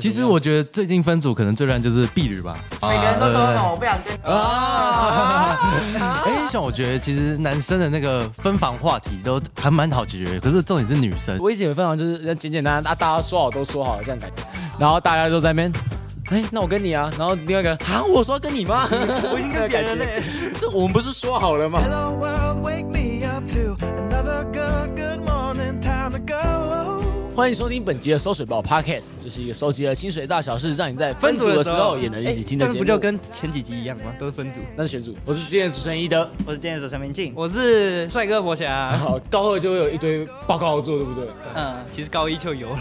其实我觉得最近分组可能最乱就是碧旅吧， 每个人都说啊对哦，我不想跟你。哎、像我觉得其实男生的那个分房话题都还蛮好解决，可是重点是女生。我一直以为分享就是要简简单单，啊，大家说好都说好了这样感觉，然后大家都在那边，哎，那我跟你啊，然后另外一个啊，我说跟你吗？ 我已经跟别人了， 这我们不是说好了吗？ Hello world, wake me up to another good, good morning time to go. 欢迎收听本集的《收水报》Podcast，这是一个收集了清水大小事，让你在分组的时候也能一起听的这节目。不就跟前几集一样吗？都是分组。那是选组，我是今天的主持人一德。我是今天的主持人明静。嗯我是帅哥博侠，好，高二就会有一堆报告要做，对不对？嗯，其实高一就有了。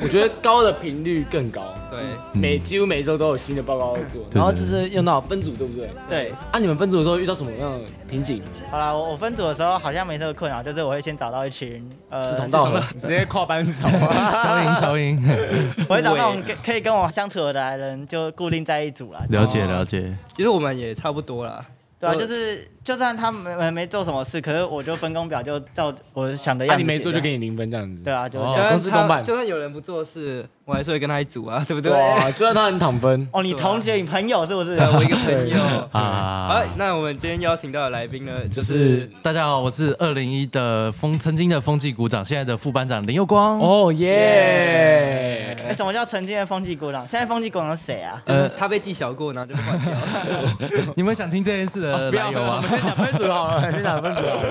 我觉得高的频率更高，对，每几乎每周都有新的报告要做。然后这是用到分组，对不对？对，啊，你们分组的时候遇到什么样的瓶颈？好啦，我我分组的时候好像没这个困扰，就是我会先找到一群呃志同道合，直 接跨班找啊小莹，小莹，我会找那种跟可以跟我相处得来的人，就固定在一组啦。了解了解，其实我们也差不多啦。对啊，我就是就算他们没没做什么事，可是我就分工表就照我想的那样子啊你没写的。做就给你零分这样子。对啊，就哦这就样。算公事公办他就算有人不做事，我还是会跟他一组啊，对 不对？哇，就算他很躺分，哦，你同学、你朋友是不是对？我 一个朋友 哎啊好，那我们今天邀请到的来宾呢，就就是是大家好，我是二零一的风，曾经的风纪股长，现在的副班长林佑光。哦， 哦耶！哎，什么叫曾经的风纪股长？现在风纪股长是谁啊？就是嗯他被记小过，然后就被换掉了。你们想听这件事的哦不来啊要不由要，我吗们？先讲分组好了，先讲分组好了。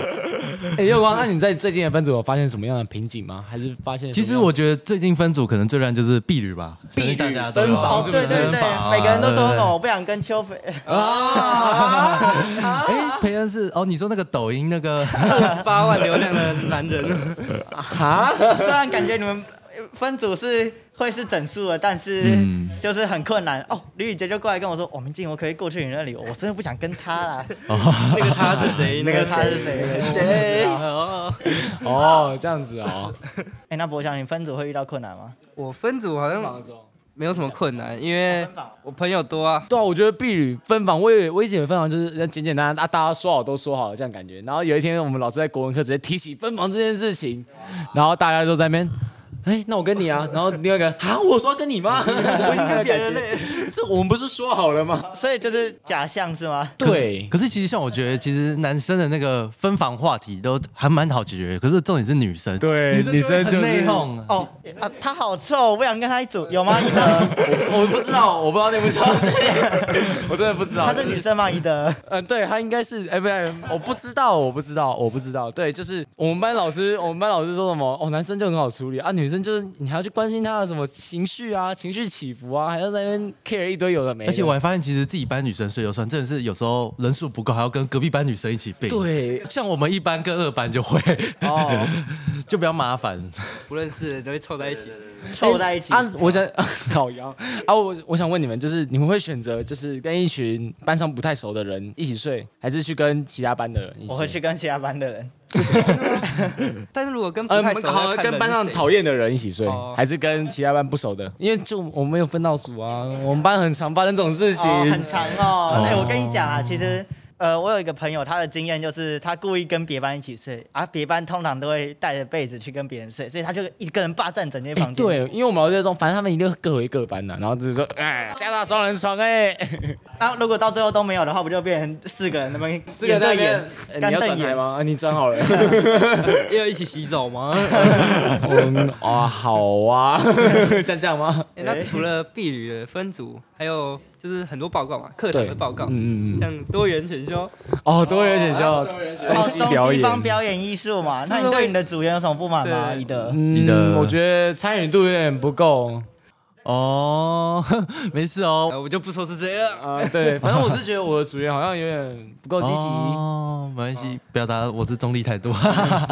哎，月光，那你在最近的分组有发现什么样的瓶颈吗？还是发现什其么样的？实我觉得最近分组可能最乱就是碧旅吧，碧旅可能大家都有分房哦，是不对是对分对房啊，每个人都说什对对么我不想跟啊邱飞，啊哎、培恩是哦，你说那个抖音那个，二十八万流量的男人，哈，虽然感觉你们呃分组是会是整数的，但是嗯就是很困难哦。吕宇杰就过来跟我说：“我明静，我可不可以过去你那里，我真的不想跟他啦。那个他是谁？那个他是谁？谁？哦，哦，这样子哦。哎，那博翔，你分组会遇到困难吗？我分组好像没有什么困难，因为我朋友多啊。对啊，我觉得避旅分房，我以为我以前分房就是简简单单，啊，大家说好都说好了这样感觉。然后有一天，我们老师在国文课直接提起分房这件事情，然后大家都在那边，哎，那我跟你啊，然后另外一个 啊，我说跟你吗？我已经跟别人了， 这我们不是说好了吗？所以就是假象是吗？对，可是其实像我觉得，其实男生的那个分房话题都还蛮好解决，可是重点是女生，对女生就会很内我讧。哦啊，他好臭，我不想跟他一组，有吗？伊德，我不知道，我不知道内部消息， 我真的不知道。她是女生吗？伊德，嗯，对他应该是，哎、不对，我不知道，我不知道，我不知道。对，就是我们班老师，我们班老师说什么，哦，男生就很好处理啊，女生就是你还要去关心她的什么情绪啊，情绪起伏啊，还要在那边 care 一堆有的没而的。且我还发现，其实自己班女生睡就算，真的是有时候人数不够，还要跟隔壁班女生一起并。，对，哎像我们一班跟二班就会，哦， 就比较麻烦。 不认识的都会凑在一起。凑在一起。啊，我想 烤羊啊，我我想问你们，就是你们会选择就是跟一群班上不太熟的人一起睡，还是去跟其他班的人一起睡？我会去跟其他班的人，但是如果跟 不呃，太熟的，好，看跟人班上是谁讨厌 的人一起睡，哦还是跟其他班不熟的？因为就我们有分到组啊，我们班很常发生这种事情。哦，很长哦。哎，哦我跟你讲啊，其实。呃，我有一个朋友，他的经验就是他故意跟别班一起睡，啊，别班通常都会带着被子去跟别人睡，所以他就一个人霸占整间哎房间。对，因为我们老师就说，反正他们一定各回各班的、然后就是说，哎，加大双人床、哎，那啊如果到最后都没有的话，不就变成四个人那么四个在那边眼对哎干你要瞪转台眼吗？啊、你转好了。要一起洗澡 吗？嗯，啊，好啊，这样这样吗？欸那除了避旅的分组，还有就是很多报告嘛，课堂的报告，嗯嗯嗯，像多元选修，哦，多元选修，哦中西表中演。西方表演艺术嘛？是那不是你对你的组员有什么不满吗？对伊德，你嗯的我觉得参与度有点不够。 哦，没事哦。呃，我就不说是谁了。啊、对，反正我是觉得我的组员好像有点不够积极。哦，没关系，表达我是中立态度。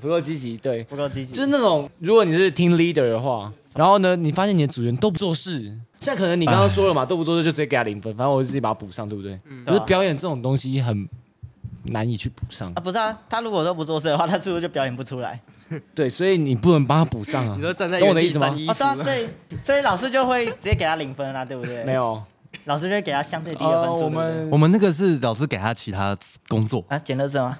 不够积极，嗯对，不够积极。就是那种如果你是 team leader 的话，然后呢，你发现你的组员都不做事，像可能你刚刚说了嘛，都不做事就直接给他零分，嗯反正我就自己把它补上，对不对？可对是啊表演这种东西很难以去补上啊，，不是啊，他如果都不做事的话，他是不是就表演不出来？对，所以你不能帮他补上啊你。说站在懂我的 原地意思吗扇衣哦，服对啊，所以所以老师就会直接给他零分啦，对不对？哎没，有，老师就会给他相对低的分呃，数。我对不对们我们那个是老师给他其他工作， 啊，捡垃圾吗？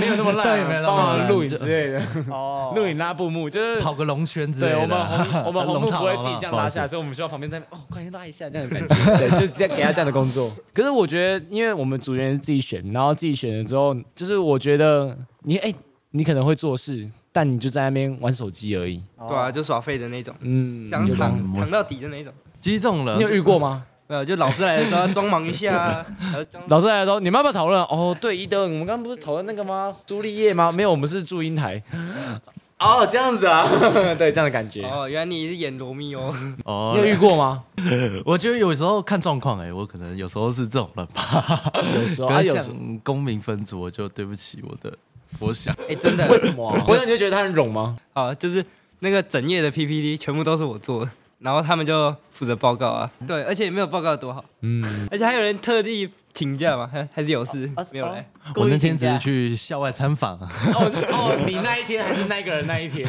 没有那 么对烂没有那么啊，烂帮忙录影之类的，哦，录影拉布幕就是跑个龙圈之类对的。我们 红我们红 龙幕套不会好自己好这样不好拉意思下来，所以我们需要旁边在那边哦，快点拉一下这样的感 觉，对，就直接给他这样的工作。 可是我觉得，因为我们组员是自己选，然后自己选了之后，就是我觉得你哎、你可能会做事，但你就在那边玩手机而已。哦对啊，就耍废的那种，嗯，想有躺懂躺到底的那种。其实这种人你有遇过吗？没有，就老师来的时候要装忙一下啊， 然后装老师来说，你们要不要讨论？哦，对，一德，我们刚刚不是讨论那个吗？朱丽叶吗？没有，我们是祝英台。 哦，这样子啊， 对，这样的感觉。哦，原来你是演罗密 欧，哦你有，遇过吗？ 我觉得有时候看状况哎，我可能有时候是这种人吧。有时候，可啊，是有时候像公民分组，我就对不起我的，我 想哎，真的为，什么、 啊？不是，你就觉得他很冗吗？哦，就是那个整夜的 PPT 全部都是我做的，然后他们就负责报告啊，对，而且也没有报告得多好，嗯，而且还有人特地请假嘛，还还是有事哦没有来，，哦我那天故意请只假是去校外参访， 哦哦，你那一天还是那个人那一 天，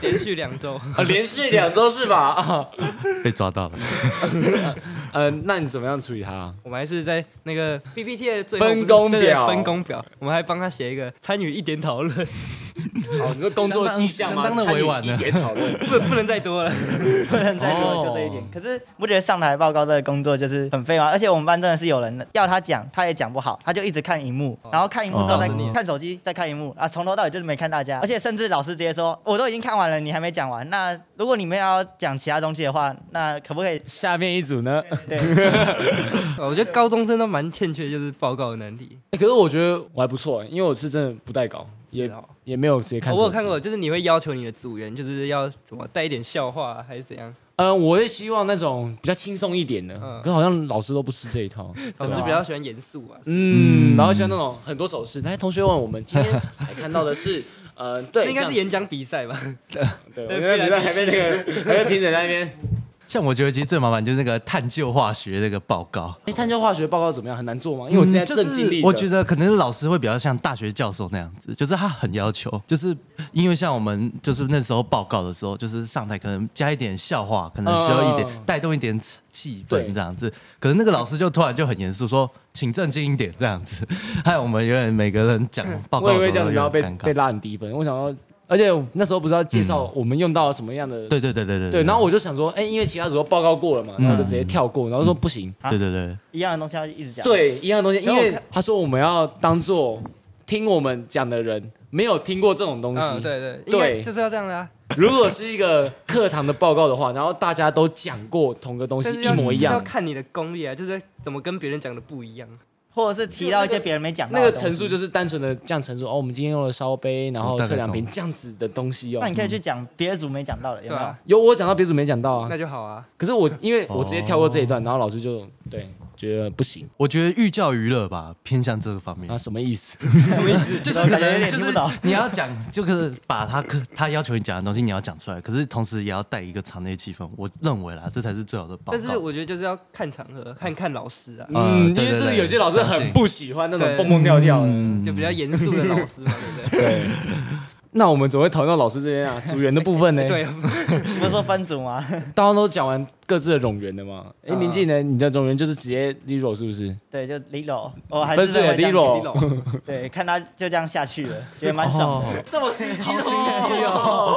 连续两周，呃连续两周是 吧？啊，被抓到了。呃，那你怎么样处理他？我们还是在那个 PPT 的最后分不是工对对表分工表，我们还帮他写一个参与一点讨论，哦，你说工作细项吗？相当相当的委婉呢参与一点讨论。不不能再多了，不能再多，就这一点。可是我觉得上台报告这个工作就是很废嘛，而且我们班真的是有人要他讲，他也讲不好，他就一直看荧幕，然后看荧幕之后再哦看手机，再看荧幕啊，从头到尾就是没看大家。而且甚至老师直接说，哦我都已经看完了，你还没讲完。那如果你们要讲其他东西的话，那可不可以？下面一组呢？ 对，我觉得高中生都蛮欠缺就是报告的能力，欸可是我觉得我还不错，因为我是真的不带稿，也是哦也没有直接看。哦我有看过，。就是你会要求你的组员，就是要怎么带一点笑话、啊、还是怎样？嗯，我会希望那种比较轻松一点的，嗯可好像老师都不吃这一 套。老师比较喜欢严肃啊。嗯，嗯然后喜欢那种很多手势。来，哎同学问我们今天还看到的是，呃，对， 那应该是这样演讲比赛吧？子。对，我觉得你在还被那个还被评审在那边。像我觉得其实最麻烦就是那个探究化学那个报告，哎，探究化学报告怎么样？很难做吗？因为我之前正经嗯就是历着，我觉得可能老师会比较像大学教授那样子，就是他很要 求，就是因为像我们就是那时候报告的时候，就是上台可能加一点笑话，可能需要一点、嗯带动一点气对氛这样子。可是那个老师就突然就很严肃说：“请正经一点。”这样子， 害我们有点每个人讲报告我以的为时这样候子有然后被点尴被尬。拉很低分。我想要，而且那时候不是要介绍我们用到了什么样的。对对对对对对，然后我就想说，哎，因为其他时候报告过了嘛，然后我就直接跳过，然后说不行，对对对，一样的东西要一直讲。，对，一样东西，然因后我为看他说我们要当做听我们讲的人没有听过这种东西。嗯，对对对应该就是要这样的啊。如果是一个课堂的报告的话，然后大家都讲过同个东西但是一要模一就是要样，看你的功力啊，就是怎么跟别人讲的不一样。或者是提到一些别人没讲到那的个东西陈述。就是单纯的这样陈述哦，我们今天用了烧杯，然后我大概测量瓶懂这样子的东西哦那。你可以去讲别的组没讲到的，有对没有啊？，有我讲到别组没讲到啊那，就好啊。可是我因为哦我直接跳过这一段，然后老师就对觉得不行我觉得寓教于乐吧，偏向这个方面啊，。什么意思？什么意思？就是感可觉有能点就听不是懂。你要讲，就是把他课他要求你讲的东西你要讲出来，可是同时也要带一个场内气氛。我认为啦，这才是最好的报告。但是我觉得就是要看场合，看看老师啊，嗯，因对为对就是对有些老师相很信不喜欢那种对蹦蹦跳跳的。就比较严肃的老师嘛，对不对？对，那我们怎么会讨论到老师这边啊？组员的部分呢？对，不是说分组吗？ 大家都讲完各自的冗员的嘛。哎，嗯明进呢？你的冗员就是直接 zero 是不是？对，就 Lilo，我还分是数也会这样 Lilo 给对，看他就这样 下去了，觉得蛮爽的。这么心机好心机哦！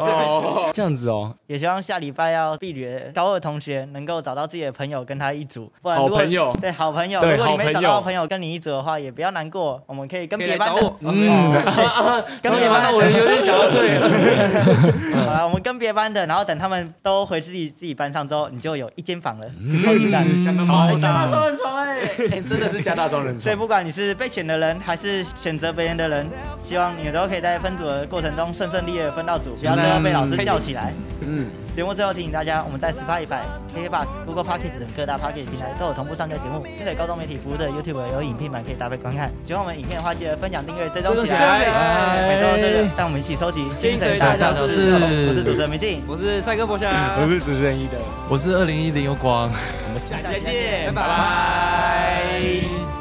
哦，这样子哦，也希望下礼拜要毕业高二同学能够找到自己的朋友跟他一组，不然好如果朋友对好朋友，对如果你好没找朋友到朋友跟你一组的话，也不要难过，我们可以跟可以别来班找的 哦我。嗯， 跟你别班妈，的我有 点想要退了。好了，我们跟别班的，然后等他们都回自己自己班上之后，你就有一间房了，超级赞。嗯超加大双人床哎，哎真的是加大双人所以 床。不管你是被选的人，还是选择别人的人，希望你们都可以在分组的过程中顺顺利利的分到组，不要最后被老师叫起来。嗯，节目最后提醒大家，我们在 Spotify、KKBox、Google Podcast 等各大 Podcast 平台都有同步上架节目，并且高中媒体服务的 YouTube 有影片版可以搭配观看。喜欢我们影片的话，记得分享、订阅、追踪追踪起起来来。每周都是让我们一起收集精神大小我事。我是主是持人明静，我是帅哥博翔，我是主持人一的，我是二零一零有光。我们下期再下期再见见，拜拜。拜拜